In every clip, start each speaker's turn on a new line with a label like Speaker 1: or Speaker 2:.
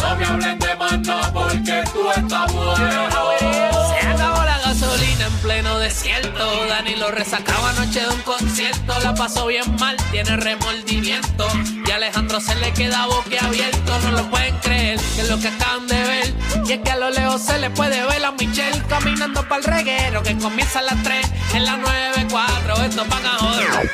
Speaker 1: No me hablen de mano porque tú estás muerto.
Speaker 2: Se acabó la gasolina en pleno desierto. Dani lo resacaba anoche de un concierto. La pasó bien mal, tiene remordimiento. Y a Alejandro se le queda boquiabierto. No lo pueden creer, que es lo que acaban de ver. Y es que a lo lejos se le puede ver a Michelle caminando para el reguero que comienza a las 3 en las 9.4. Estos van a joder.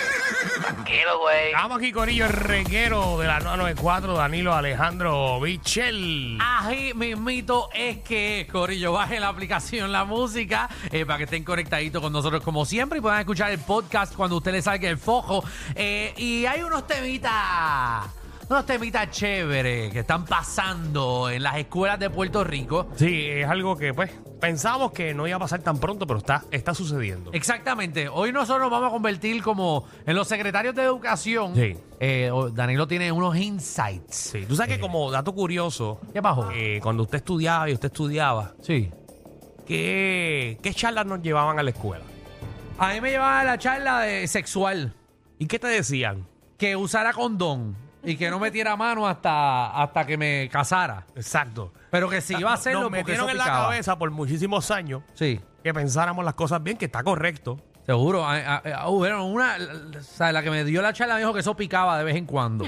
Speaker 2: Tranquilo, güey.
Speaker 3: Vamos aquí, Corillo, el reguero de la 994, Danilo Alejandro Michel.
Speaker 4: Ají mismito es que es, Corillo. Baje la aplicación La Música eh, para que estén conectaditos con nosotros como siempre y puedan escuchar el podcast cuando usted le salga el fojo. Eh, y hay unos temitas, unos temitas chéveres que están pasando en las escuelas de Puerto Rico.
Speaker 3: Sí, es algo que, pues, pensamos que no iba a pasar tan pronto, pero está, está sucediendo.
Speaker 4: Exactamente. Hoy nosotros nos vamos a convertir como en los secretarios de educación.
Speaker 3: Sí.
Speaker 4: Eh, o- Danilo tiene unos insights. Eh,
Speaker 3: Sí, tú sabes que como dato curioso,
Speaker 4: ¿Qué pasó?
Speaker 3: eh, cuando usted estudiaba y usted estudiaba,
Speaker 4: Sí.
Speaker 3: ¿qué, ¿qué charlas nos llevaban a la escuela?
Speaker 4: A mí me llevaba la charla de sexual.
Speaker 3: ¿Y qué te decían?
Speaker 4: que usara condón y que no metiera mano hasta, hasta que me casara.
Speaker 3: Exacto.
Speaker 4: Pero que si iba a hacerlo,
Speaker 3: nos
Speaker 4: porque
Speaker 3: metieron
Speaker 4: eso
Speaker 3: en la
Speaker 4: picaba.
Speaker 3: cabeza por muchísimos años
Speaker 4: Sí,
Speaker 3: que pensáramos las cosas bien, que está correcto.
Speaker 4: seguro. Ah, A- a- a- hubieron uh, una, o sea, la que me dio la charla me dijo que eso picaba de vez en cuando.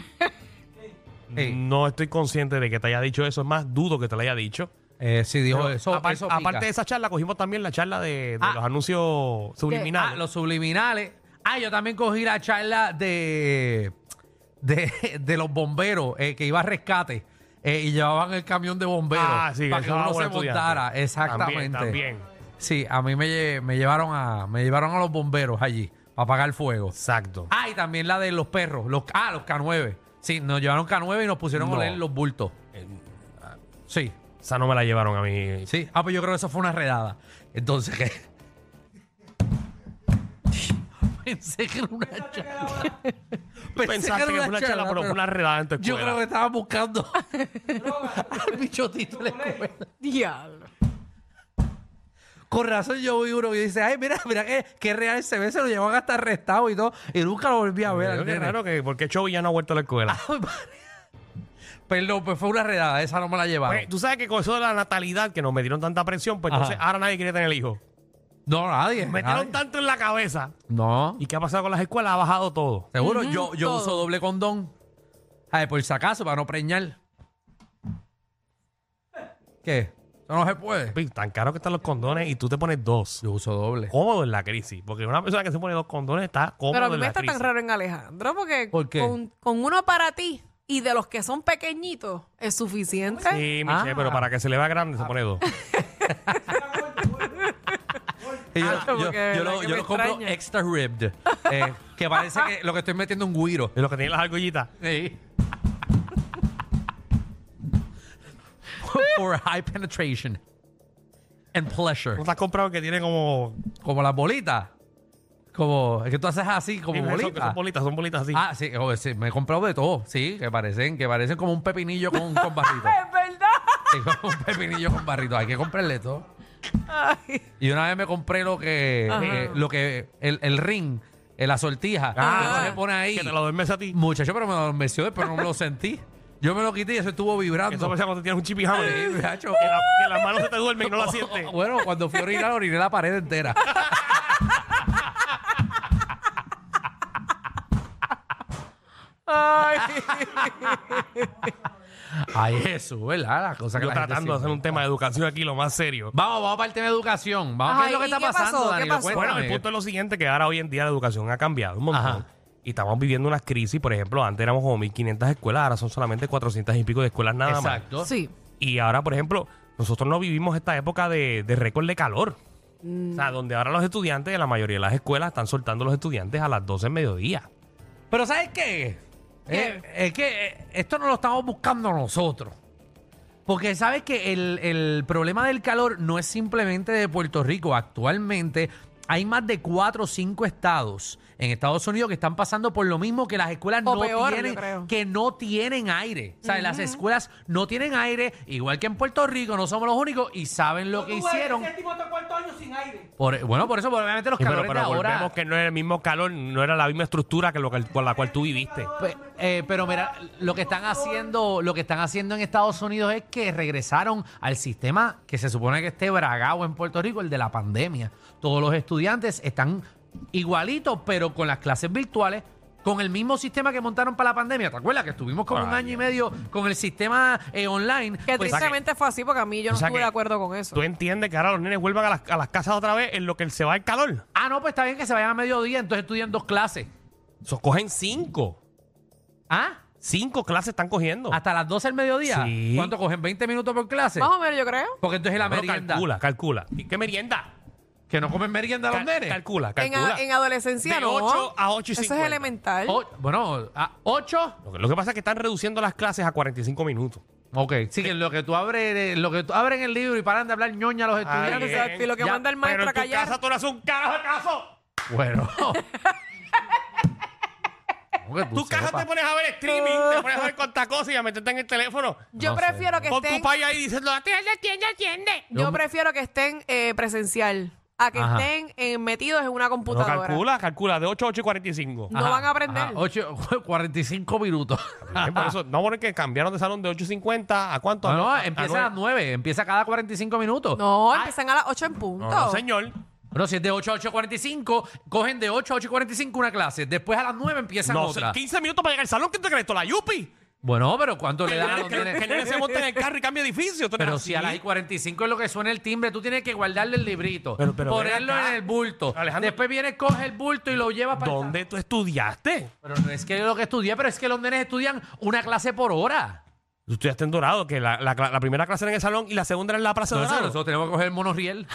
Speaker 4: Sí,
Speaker 3: No estoy consciente de que te haya dicho eso, es más, dudo que te lo haya dicho.
Speaker 4: Eh, sí, dijo
Speaker 3: Pero
Speaker 4: eso.
Speaker 3: apar-
Speaker 4: eso pica.
Speaker 3: aparte de esa charla, cogimos también la charla de, de
Speaker 4: Ah.
Speaker 3: los anuncios subliminales.
Speaker 4: Ah, los subliminales. Ah, yo también cogí la charla de, de, de los bomberos eh, que iba a rescate eh, y llevaban el camión de bomberos
Speaker 3: Ah, sí,
Speaker 4: para
Speaker 3: eso
Speaker 4: que
Speaker 3: era
Speaker 4: uno se
Speaker 3: bueno estudiante.
Speaker 4: montara. Exactamente.
Speaker 3: También, también.
Speaker 4: Sí, a mí me, lle- me llevaron a me llevaron a los bomberos allí para apagar fuego.
Speaker 3: Exacto.
Speaker 4: Ah, y también la de los perros, los ah, los K9. Sí, nos llevaron K9 y nos pusieron
Speaker 3: No. Eh,
Speaker 4: a leer los bultos. Sí,
Speaker 3: Esa no me la llevaron a mí.
Speaker 4: sí. Ah, pues yo creo que eso fue una redada. Entonces, ¿qué? Pensé que era una charla. Pensé
Speaker 3: Pensaste que fue una charla, pero fue una redada en tu
Speaker 4: Yo
Speaker 3: escuela.
Speaker 4: creo que estaban buscando al bichotito en la escuela.
Speaker 5: Diablo.
Speaker 4: Con razón yo vi uno y dice, ay, mira, mira que, que real se ve, se lo llevan hasta arrestado y todo, y nunca lo volví a ver.
Speaker 3: Pero
Speaker 4: al
Speaker 3: qué
Speaker 4: nene. Ah,
Speaker 3: raro que porque Chovy ya no ha vuelto a la escuela.
Speaker 4: Perdón, pues fue una redada, esa no me la llevaron.
Speaker 3: Pues, Tú sabes que con eso de la natalidad que nos metieron tanta presión, pues
Speaker 4: Ajá.
Speaker 3: entonces ahora nadie quiere tener hijos.
Speaker 4: no, nadie.
Speaker 3: Nos metieron
Speaker 4: nadie.
Speaker 3: tanto en la cabeza.
Speaker 4: No.
Speaker 3: ¿Y qué ha pasado con las escuelas? Ha bajado todo.
Speaker 4: Seguro,
Speaker 5: Ujú,
Speaker 4: yo, yo
Speaker 5: todo.
Speaker 4: uso doble condón. Ay, por si acaso, para no preñar. ¿Qué? Eso no se puede.
Speaker 3: Pi, Tan caro que están los condones y tú te pones dos.
Speaker 4: Yo uso doble.
Speaker 3: Cómodo en la crisis. Porque una persona que se pone dos condones está cómodo
Speaker 5: Pero a mí
Speaker 3: en
Speaker 5: me
Speaker 3: la
Speaker 5: está
Speaker 3: crisis.
Speaker 5: tan raro en Alejandro porque
Speaker 4: ¿Por qué?
Speaker 5: Con, con uno para ti y de los que son pequeñitos es suficiente.
Speaker 3: Sí, Michelle,
Speaker 4: Ah.
Speaker 3: pero para que se le vea grande se pone dos.
Speaker 4: Y yo,
Speaker 5: Ah,
Speaker 4: yo-
Speaker 5: porque de
Speaker 4: yo
Speaker 5: verdad
Speaker 4: lo, yo
Speaker 5: que me
Speaker 4: lo compro
Speaker 5: extraña.
Speaker 4: extra ribbed. eh, que parece que lo que estoy metiendo es un guiro.
Speaker 3: Y los que tienen las argollitas.
Speaker 4: Sí. For high penetration and pleasure.
Speaker 3: ¿No te has comprado que tiene como...
Speaker 4: Como las bolitas. Como, es que tú haces así, como
Speaker 3: Dime, son-
Speaker 4: bolitas.
Speaker 3: Son bolitas, son bolitas así.
Speaker 4: Ah, sí, oh, sí, me he comprado de todo, sí, que parecen, que parecen como un pepinillo con, con barrito.
Speaker 5: Es verdad.
Speaker 4: Sí, como un pepinillo con barrito, hay que comprarle todo.
Speaker 5: Ay.
Speaker 4: Y una vez me compré lo que, eh, lo que, el, el ring, eh, la sortija, que no se pone ahí.
Speaker 3: Ah, Que te lo duermes a ti.
Speaker 4: Muchacho, pero me lo adormeció después, pero no me lo sentí. Yo me lo quité y eso estuvo vibrando.
Speaker 3: Eso pasa cuando tienes un chip y hambre.
Speaker 4: Sí, muchacho.
Speaker 3: que, la- que las manos se te duermen y no la sientes.
Speaker 4: Bueno, cuando fui a orinar, oriné la pared entera.
Speaker 5: Ay.
Speaker 4: Ay, Jesús, ¿verdad? La cosa que
Speaker 3: Yo
Speaker 4: la gente
Speaker 3: tratando de hacer
Speaker 4: siempre-
Speaker 3: un tema de educación aquí, lo más serio.
Speaker 4: Vamos, vamos para el tema de educación. Vamos,
Speaker 5: Ay,
Speaker 4: ¿qué es lo que
Speaker 5: ¿y
Speaker 4: está
Speaker 5: qué
Speaker 4: pasando,
Speaker 5: pasó? ¿Qué
Speaker 4: Danilo?
Speaker 5: pasó?
Speaker 4: Cuéntame.
Speaker 3: Bueno, el punto es lo siguiente, que ahora hoy en día la educación ha cambiado un montón.
Speaker 4: Ajá.
Speaker 3: Y estamos viviendo unas crisis, por ejemplo, antes éramos como 1.500 escuelas, ahora son solamente 400 y pico de escuelas nada más.
Speaker 4: Exacto.
Speaker 5: Sí.
Speaker 3: Y ahora, por ejemplo, nosotros no vivimos esta época de, de récord de calor. O
Speaker 4: Mm.
Speaker 3: sea, donde ahora los estudiantes, de la mayoría de las escuelas, están soltando a los estudiantes a las 12 del mediodía.
Speaker 4: Pero ¿sabes qué?
Speaker 5: ¿Qué?
Speaker 4: Eh, es que eh, esto no lo estamos buscando nosotros. Porque sabes que el, el problema del calor no es simplemente de Puerto Rico. Actualmente hay más de cuatro o cinco estados en Estados Unidos que están pasando por lo mismo que las escuelas
Speaker 5: O
Speaker 4: no
Speaker 5: peor, yo
Speaker 4: tienen
Speaker 5: creo.
Speaker 4: que no tienen aire. O sea, las escuelas no tienen aire, igual que en Puerto Rico, no somos los únicos y saben lo que hicieron. Por- bueno, por eso probablemente los
Speaker 3: Sí, pero
Speaker 4: calores
Speaker 3: pero
Speaker 4: de ahora.
Speaker 3: volvemos que no era el mismo calor, no era la misma estructura que lo que, con la cual tú viviste.
Speaker 4: Pe- eh, pero mira, lo que están haciendo, lo que están haciendo en Estados Unidos es que regresaron al sistema que se supone que esté bragado en Puerto Rico, el de la pandemia. Todos los estudiantes están igualitos, pero con las clases virtuales, con el mismo sistema que montaron para la pandemia. ¿Te acuerdas que estuvimos como un
Speaker 3: Ay,
Speaker 4: año y medio con el sistema eh, online?
Speaker 5: Que
Speaker 4: Pues,
Speaker 5: tristemente fue así porque a mí yo no
Speaker 3: o sea
Speaker 5: estuve
Speaker 3: que
Speaker 5: de acuerdo con eso.
Speaker 3: ¿Tú entiendes que ahora los nenes vuelvan a las, a las casas otra vez en lo que se va el calor?
Speaker 4: ah, no, pues está bien que se vayan a mediodía, entonces estudian dos clases.
Speaker 3: So, cogen cinco.
Speaker 4: ¿Ah?
Speaker 3: Cinco clases están cogiendo.
Speaker 4: ¿Hasta las 12 del mediodía?
Speaker 3: Sí.
Speaker 4: ¿Cuánto cogen? ¿20 minutos por clase?
Speaker 5: Más o menos, yo creo.
Speaker 4: Porque entonces la
Speaker 3: Bueno,
Speaker 4: merienda.
Speaker 3: calcula, calcula. ¿Y qué merienda?
Speaker 4: Que no comen merienda los
Speaker 3: Cal-
Speaker 4: nenes.
Speaker 3: calcula,
Speaker 5: En,
Speaker 3: calcula.
Speaker 5: en adolescencia
Speaker 3: De
Speaker 5: no.
Speaker 3: ocho a ocho y
Speaker 5: Eso es
Speaker 3: cincuenta. Oh,
Speaker 5: elemental.
Speaker 4: O- bueno, a 8.
Speaker 3: Lo que, lo que pasa es que están reduciendo las clases a 45 minutos.
Speaker 4: Ok, sí, que lo que tú abres, eh, lo que tú abres el libro y paran de hablar ñoña a los
Speaker 5: Mira,
Speaker 3: bien.
Speaker 4: estudiantes.
Speaker 5: exacto, y lo que
Speaker 4: Ya,
Speaker 5: manda el
Speaker 3: Pero
Speaker 5: maestro
Speaker 3: en
Speaker 5: a
Speaker 3: tu casa
Speaker 5: callar.
Speaker 3: tú no haces un carajo acaso.
Speaker 4: Bueno. No, que
Speaker 3: Tú casa
Speaker 4: sepas.
Speaker 3: te pones a ver streaming, te pones a ver cuántas cosas y a meterte en el teléfono.
Speaker 5: Yo
Speaker 4: No sé.
Speaker 5: prefiero que
Speaker 3: Con tu
Speaker 5: estén,
Speaker 3: país ahí diciendo, atiende, atiende, atiende.
Speaker 5: yo prefiero que estén eh, presencial a que
Speaker 4: Ajá.
Speaker 5: estén eh, metidos en una
Speaker 3: No,
Speaker 5: computadora.
Speaker 3: calcula, calcula, de 8 a 8 y 45.
Speaker 5: no van a aprender.
Speaker 4: ajá, ocho- 45 minutos.
Speaker 3: Bien, Ah, por eso, no, porque cambiaron de salón de 8 y 50 a cuánto. Ah,
Speaker 4: No, no,
Speaker 3: A- a-
Speaker 4: empieza a
Speaker 3: a
Speaker 4: las 9, empieza cada 45 minutos.
Speaker 5: No, empiezan a las 8 en punto.
Speaker 3: No, no, señor.
Speaker 4: Bueno, si es de 8 a 8 45, cogen de 8 a 8 45 una clase. Después a las 9 empiezan
Speaker 3: No,
Speaker 4: otra.
Speaker 3: 15 minutos para llegar al salón. ¿Qué te crees? ¿Esto la Yupi?
Speaker 4: Bueno, pero ¿cuánto le
Speaker 3: Que
Speaker 4: dan? No
Speaker 3: que-
Speaker 4: tiene-
Speaker 3: que el nene se monta en el carro y cambia de edificio. Tú eres
Speaker 4: Pero
Speaker 3: así.
Speaker 4: si a las y 45 es lo que suena el timbre, tú tienes que guardarle el librito,
Speaker 3: Pero- pero
Speaker 4: ponerlo
Speaker 3: ven acá.
Speaker 4: en el bulto.
Speaker 3: Alejandro-
Speaker 4: Después viene, coge el bulto y lo lleva para el
Speaker 3: ¿Dónde tú estudiaste?
Speaker 4: salón. Pero no es que lo que estudié, pero es que los nenes estudian una clase por hora.
Speaker 3: Tú estudiaste en Dorado, que la, la cla- la primera clase era en el salón y la segunda era en la Plaza de
Speaker 4: Entonces
Speaker 3: Dorado.
Speaker 4: nosotros tenemos que coger el monorriel.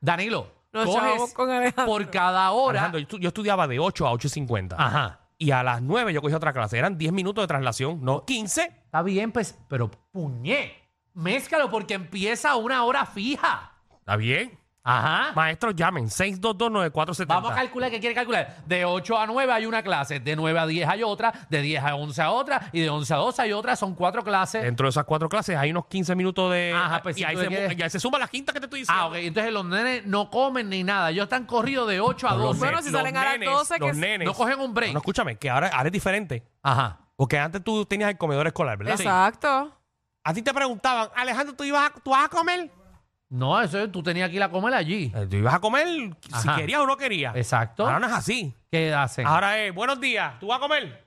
Speaker 4: Danilo,
Speaker 5: Nos
Speaker 4: coges
Speaker 5: chavamos con Alejandro.
Speaker 4: por cada hora.
Speaker 3: Alejandro, yo, estu- yo estudiaba de 8 a 8.50.
Speaker 4: Ajá.
Speaker 3: Y a las 9 yo cogí otra clase. Eran 10 minutos de traslación, no 15.
Speaker 4: Está bien, pues, pero puñé. Mézcalo porque empieza a una hora fija.
Speaker 3: Está bien.
Speaker 4: Ajá.
Speaker 3: Maestros, llamen 6229470.
Speaker 4: Vamos a calcular que quiere calcular. De 8 a 9 hay una clase, de 9 a 10 hay otra, de 10 a 11 hay otra y de 11 a 12 hay otra. Son cuatro clases.
Speaker 3: Dentro de esas cuatro clases hay unos 15 minutos de.
Speaker 4: Ajá, pues,
Speaker 3: y
Speaker 4: si
Speaker 3: ahí
Speaker 4: tú
Speaker 3: se,
Speaker 4: quieres-
Speaker 3: mu- y ahí se suma la quinta que te estoy diciendo.
Speaker 4: Ah, ok. Entonces los nenes no comen ni nada. Ellos están corridos de 8 a
Speaker 3: Los
Speaker 4: 12.
Speaker 5: Bueno,
Speaker 3: ne-
Speaker 5: si
Speaker 3: los
Speaker 5: salen a las
Speaker 3: nenes-
Speaker 5: 12 que
Speaker 3: los
Speaker 5: es-
Speaker 3: nenes-
Speaker 4: no cogen un break.
Speaker 3: No, escúchame, que ahora, ahora es diferente.
Speaker 4: Ajá.
Speaker 3: Porque antes tú tenías el comedor escolar, ¿verdad?
Speaker 5: Exacto.
Speaker 3: A ti te preguntaban, Alejandro, ¿tú, ibas a, ¿tú vas a comer?
Speaker 4: No, eso es- tú tenías que ir a comer allí.
Speaker 3: Eh, Tú ibas a comer si
Speaker 4: Ajá.
Speaker 3: querías o no querías.
Speaker 4: Exacto.
Speaker 3: Ahora no es así.
Speaker 4: ¿Qué hacen?
Speaker 3: Ahora es, buenos días, ¿tú vas a comer?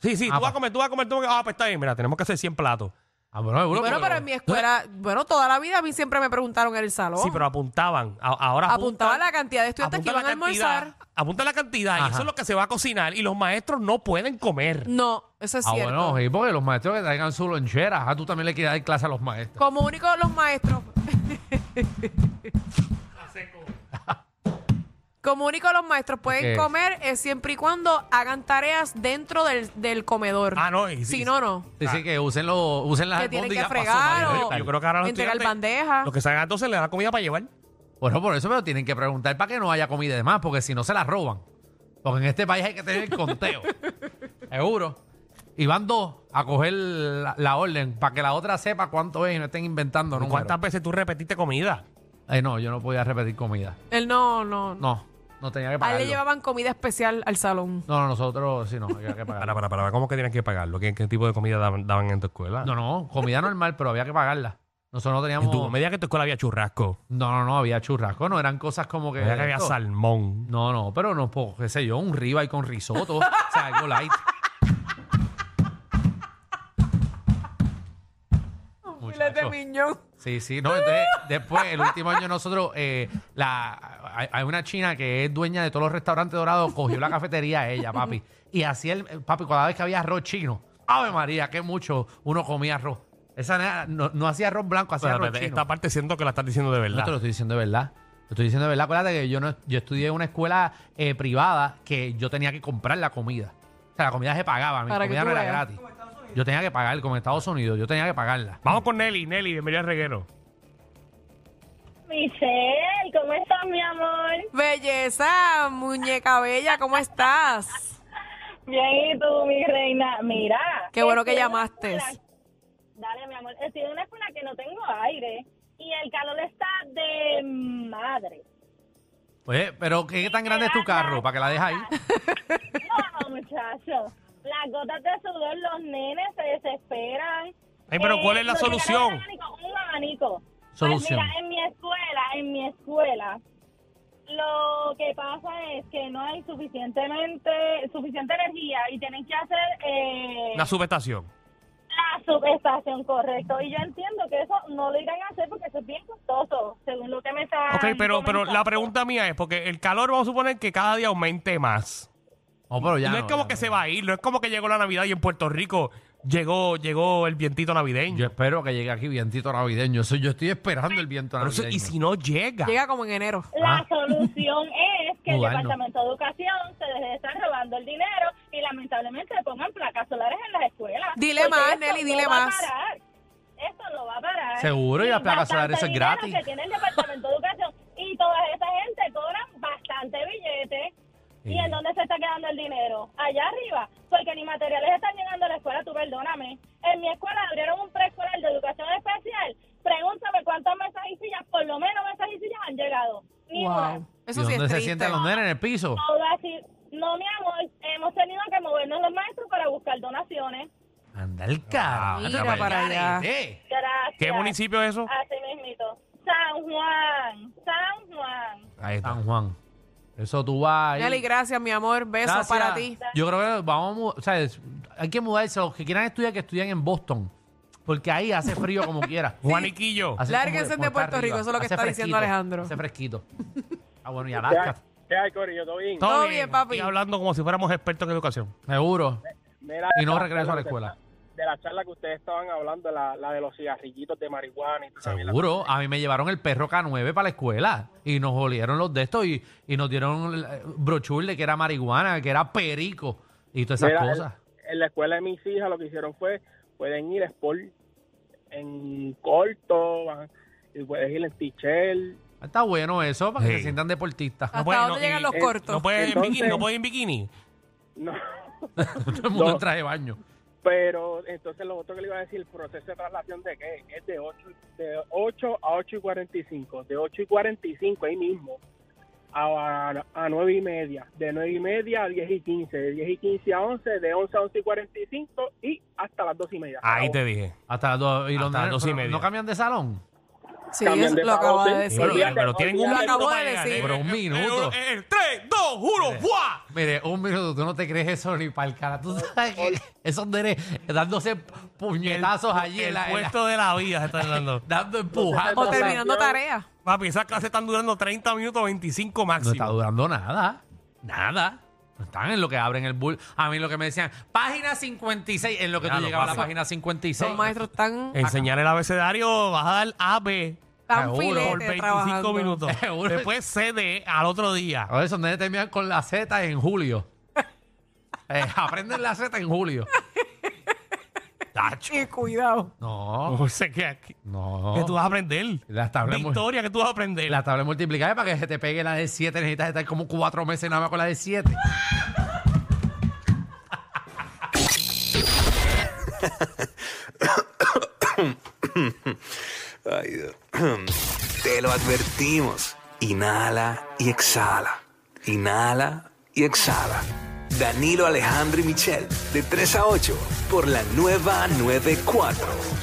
Speaker 3: Sí, sí,
Speaker 4: Ah,
Speaker 3: tú vas
Speaker 4: pa-
Speaker 3: a comer, tú vas a comer, tú vas a comer. Ah, pues está bien, mira, tenemos que hacer 100 platos.
Speaker 4: Ah, bueno, seguro,
Speaker 5: Bueno,
Speaker 4: porque-
Speaker 5: pero en mi escuela, bueno, toda la vida a mí siempre me preguntaron en el salón.
Speaker 4: ¿Oh?
Speaker 3: Sí, pero apuntaban. A- ahora
Speaker 5: apuntaba
Speaker 3: apuntan-
Speaker 5: la cantidad de estudiantes que
Speaker 3: apuntan
Speaker 5: iban a
Speaker 3: la cantidad,
Speaker 5: almorzar.
Speaker 3: Apunta la cantidad y
Speaker 4: Ajá.
Speaker 3: eso es lo que se va a cocinar y los maestros no pueden comer.
Speaker 5: No, eso es
Speaker 4: Ah,
Speaker 5: cierto.
Speaker 4: bueno, sí, porque los maestros que traigan su lonchera. Ajá, tú también le quieres dar clase a los maestros.
Speaker 5: Como único los maestros. Como único los maestros pueden
Speaker 4: Ok.
Speaker 5: comer es siempre y cuando hagan tareas dentro del, del comedor.
Speaker 3: Ah, no, y-
Speaker 5: Si
Speaker 3: y-
Speaker 5: no, no.
Speaker 4: Dice que usen, lo, usen las
Speaker 5: Que tienen que
Speaker 4: albóndigas pa'
Speaker 5: fregar
Speaker 4: asomar.
Speaker 5: o-
Speaker 3: Yo creo que ahora los
Speaker 5: Entregar
Speaker 3: estudiantes-
Speaker 5: bandeja.
Speaker 3: Los que salgan entonces le dan la comida para llevar.
Speaker 4: Bueno, por eso, pero tienen que preguntar para que no haya comida de más, porque si no se la roban. Porque en este país hay que tener el conteo. Seguro. Y van dos a coger la, la orden para que la otra sepa cuánto es y no estén inventando números.
Speaker 3: ¿Cuántas veces tú repetiste comida?
Speaker 4: Eh, no, yo no podía repetir comida.
Speaker 5: Él no, no. no.
Speaker 4: No, no tenía que
Speaker 5: A él le
Speaker 4: pagarlo.
Speaker 5: llevaban comida especial al salón.
Speaker 4: No, no, nosotros sí, no, había que
Speaker 3: Para,
Speaker 4: pagarlo.
Speaker 3: para, para, ¿cómo que tienes que pagarlo? ¿Qué, qué tipo de comida daban, daban en tu escuela?
Speaker 4: No, no, comida normal, pero había que pagarla. Nosotros no
Speaker 3: En tu
Speaker 4: teníamos...
Speaker 3: medida que en tu escuela había churrasco,
Speaker 4: No, no, no, había churrasco, no, eran cosas como que...
Speaker 3: medida que había
Speaker 4: esto.
Speaker 3: salmón.
Speaker 4: No, no, pero no, po, qué sé yo, un ribeye con risotto, o sea, algo light.
Speaker 5: filet de
Speaker 4: Muchacho.
Speaker 5: miñón.
Speaker 4: Sí, sí, no, entonces después, el último año nosotros, eh, la, hay, hay una china que es dueña de todos los restaurantes dorados, cogió la cafetería a ella, papi, y así el, eh, papi, cada vez que había arroz chino, ave María, qué mucho uno comía arroz. Esa nena no, no hacía arroz blanco, hacía
Speaker 3: Espérate,
Speaker 4: arroz
Speaker 3: espérate,
Speaker 4: chino.
Speaker 3: esta parte siento que la estás diciendo de
Speaker 4: No te lo
Speaker 3: verdad.
Speaker 4: estoy diciendo de verdad. Te estoy diciendo de verdad. Acuérdate que yo, no, yo estudié en una escuela eh, privada que yo tenía que comprar la comida. O sea, la comida se pagaba. Mi
Speaker 5: Para que
Speaker 4: comida
Speaker 5: tú
Speaker 4: no era
Speaker 5: veas.
Speaker 4: gratis. Yo tenía que pagar, como en Estados Unidos, yo tenía que pagarla.
Speaker 3: Vamos con Nelly, Nelly, bienvenida al reguero.
Speaker 6: Michelle, ¿cómo estás, mi amor?
Speaker 5: Belleza, muñeca bella, ¿cómo estás?
Speaker 6: Bien, ¿y tú, mi reina? Mira.
Speaker 5: Qué bueno que
Speaker 6: estoy en una
Speaker 5: llamaste.
Speaker 6: escuela- Dale, mi amor. Estoy en una escuela que no tengo aire y el calor está de madre.
Speaker 4: Oye, pero ¿qué tan grande es tu carro? Para que la dejes ahí.
Speaker 6: No, muchacho. Las gotas de sudor, los nenes se desesperan. Eh,
Speaker 3: Ay, pero ¿cuál es la
Speaker 6: lo que quieren
Speaker 3: solución?
Speaker 6: es Un abanico. un abanico. Pues
Speaker 4: Solución.
Speaker 6: mira, en mi escuela, en mi escuela, lo que pasa es que no hay suficientemente, suficiente energía y tienen que hacer... eh,
Speaker 3: Una subestación.
Speaker 6: La subestación, correcto. Y yo entiendo que eso no lo irán a hacer porque eso es bien costoso, según lo que me está.
Speaker 3: Ok, pero, pero la pregunta mía es, porque el calor vamos a suponer que cada día aumente más.
Speaker 4: No, Oh, pero ya
Speaker 3: no es
Speaker 4: no,
Speaker 3: como
Speaker 4: ya
Speaker 3: que
Speaker 4: no.
Speaker 3: se va a ir, no es como que llegó la Navidad y en Puerto Rico llegó, llegó el vientito navideño.
Speaker 4: Yo espero que llegue aquí vientito navideño. Eso, yo estoy esperando el viento
Speaker 3: Pero eso-
Speaker 4: navideño.
Speaker 3: y si no llega.
Speaker 5: Llega como en enero.
Speaker 6: La
Speaker 4: Ah.
Speaker 6: solución es que el
Speaker 4: Mudarnos.
Speaker 6: Departamento de Educación se deje de estar robando el dinero y lamentablemente le pongan placas solares en las escuelas.
Speaker 5: Dile
Speaker 6: Porque
Speaker 5: más,
Speaker 6: esto
Speaker 5: Nelly,
Speaker 6: no
Speaker 5: dile
Speaker 6: va a
Speaker 5: más.
Speaker 6: parar. Esto no va a parar.
Speaker 4: Seguro, y las placas
Speaker 6: bastante
Speaker 4: solares, eso es
Speaker 6: dinero
Speaker 4: gratis.
Speaker 6: que tiene el Departamento de Educación y toda esa gente cobran bastante billete. ¿Y
Speaker 4: Sí.
Speaker 6: en dónde se está quedando el dinero? Allá arriba, porque ni materiales están llegando a la escuela, tú perdóname. En mi escuela abrieron un preescolar de educación especial. Pregúntame cuántas mesas y sillas, por lo menos mesas y sillas han llegado. Ni una.
Speaker 5: Wow. Eso
Speaker 4: ¿Y
Speaker 5: sí
Speaker 4: dónde
Speaker 5: es
Speaker 4: se
Speaker 5: triste.
Speaker 4: sientan los nenes en el piso?
Speaker 6: Todo así. No, mi amor, hemos tenido que movernos los maestros para buscar donaciones.
Speaker 4: Anda el carajo.
Speaker 5: Mira para allá.
Speaker 4: Eh.
Speaker 6: Gracias.
Speaker 3: ¿Qué municipio es eso?
Speaker 6: Así mismito. San Juan, San Juan.
Speaker 3: Ahí está.
Speaker 4: San Juan. Eso tú vas ahí.
Speaker 5: Nelly, gracias, mi amor. Besos
Speaker 4: Gracias.
Speaker 5: para ti.
Speaker 4: Yo creo que vamos, a mu- o sea, es- hay que mudarse. Los que quieran estudiar, que estudian en Boston. Porque ahí hace frío como quiera.
Speaker 3: Juaniquillo.
Speaker 4: Hace como-
Speaker 5: Lárguense de
Speaker 4: como está
Speaker 5: Puerto Rico, eso es lo que
Speaker 4: Hace
Speaker 5: está
Speaker 4: fresquito,
Speaker 5: diciendo Alejandro.
Speaker 4: Hace fresquito. Ah, bueno, y Alaska.
Speaker 7: ¿Qué hay, Corillo? ¿Todo bien?
Speaker 5: Todo bien, papi.
Speaker 3: Y hablando como si fuéramos expertos en educación.
Speaker 4: Seguro.
Speaker 7: Mira,
Speaker 4: Y no
Speaker 7: esa-
Speaker 4: regreso a la
Speaker 7: de
Speaker 4: escuela.
Speaker 7: De la charla que ustedes estaban hablando, la, la de los cigarrillitos de marihuana y todo
Speaker 4: Seguro. A mí me llevaron el perro K9 para la escuela. Y nos olieron los de estos y, y nos dieron eh, brochurle que era marihuana, que era perico. Y todas esas cosas.
Speaker 7: En la escuela de mis hijas lo que hicieron fue, pueden ir a sport en corto, van- y puedes ir en tichel.
Speaker 4: Está bueno eso para que
Speaker 3: Sí.
Speaker 4: se sientan deportistas.
Speaker 5: ¿Hasta
Speaker 3: puede, no,
Speaker 5: dónde llegan
Speaker 3: y-
Speaker 5: los
Speaker 7: eh,
Speaker 5: cortos?
Speaker 3: No puede ir en
Speaker 7: Entonces-
Speaker 3: bikini, no puede ir en bikini.
Speaker 7: No,
Speaker 4: Todo el mundo
Speaker 7: No.
Speaker 4: en traje de baño.
Speaker 7: pero entonces lo otro que le iba a decir, el proceso de traslación de qué? Es de 8, de 8 a 8 y 45, de 8 y 45 ahí mismo. A, a 9 y media, de 9 y media a 10 y 15, de 10 y 15 a 11, de 11 a 11 y 45 y hasta las 2 y media.
Speaker 3: Ahí
Speaker 7: Acabó.
Speaker 3: te dije.
Speaker 4: Hasta las dos y,
Speaker 3: Hasta
Speaker 4: los
Speaker 3: las
Speaker 4: nenes-
Speaker 3: dos y
Speaker 4: pero
Speaker 3: media.
Speaker 4: ¿No cambian de salón?
Speaker 5: Sí,
Speaker 7: Cambian
Speaker 5: eso
Speaker 7: de
Speaker 5: lo acaba de
Speaker 7: trabajo, sí.
Speaker 5: decir.
Speaker 3: Pero,
Speaker 7: olvídate,
Speaker 3: pero tienen un
Speaker 7: olvídate.
Speaker 3: minuto
Speaker 5: Acabo
Speaker 3: para
Speaker 5: de
Speaker 3: llegar. ¿eh?
Speaker 5: decir.
Speaker 4: Pero un minuto. Eh,
Speaker 3: El, 3, 2, 1, ¡buah!
Speaker 4: Mire, un minuto, tú no te crees eso ni para el cara. Tú sabes que esos nenes dándose puñetazos allí en
Speaker 3: El
Speaker 4: la, en la-
Speaker 3: puesto de la vida se está dando.
Speaker 4: dando empujadas.
Speaker 5: O terminando tareas.
Speaker 3: Papi, esas clases están durando 30 minutos, 25
Speaker 4: No está
Speaker 3: máximo.
Speaker 4: durando nada. Nada. No están en lo que abren el bull. A mí lo que me decían, página 56. En lo que
Speaker 3: Ya
Speaker 4: tú
Speaker 3: lo
Speaker 4: llegabas a
Speaker 3: pasa.
Speaker 4: la página 56.
Speaker 5: Los maestros están
Speaker 3: Enseñar el abecedario, vas a dar A, B
Speaker 5: tan
Speaker 4: Eh, seguro,
Speaker 5: filete
Speaker 3: por 25
Speaker 5: trabajando.
Speaker 3: minutos.
Speaker 4: Seguro.
Speaker 3: Después C, D al otro día.
Speaker 4: Ahora esos nenes terminan con la Z en julio. Eh, aprenden la Z en julio.
Speaker 3: Tacho.
Speaker 5: Y cuidado.
Speaker 4: No,
Speaker 3: O sea, que, que
Speaker 4: no.
Speaker 3: que tú vas a aprender.
Speaker 4: Las tablas mu-
Speaker 3: Victoria, que tú vas a aprender.
Speaker 4: La tabla multiplicada es para que se te pegue la de 7. Necesitas estar como cuatro meses nada más con la de 7.
Speaker 8: Ay, Dios. Te lo advertimos. Inhala y exhala. Inhala y exhala. Danilo Alejandro y Michel, de 3 a 8, por la nueva 94.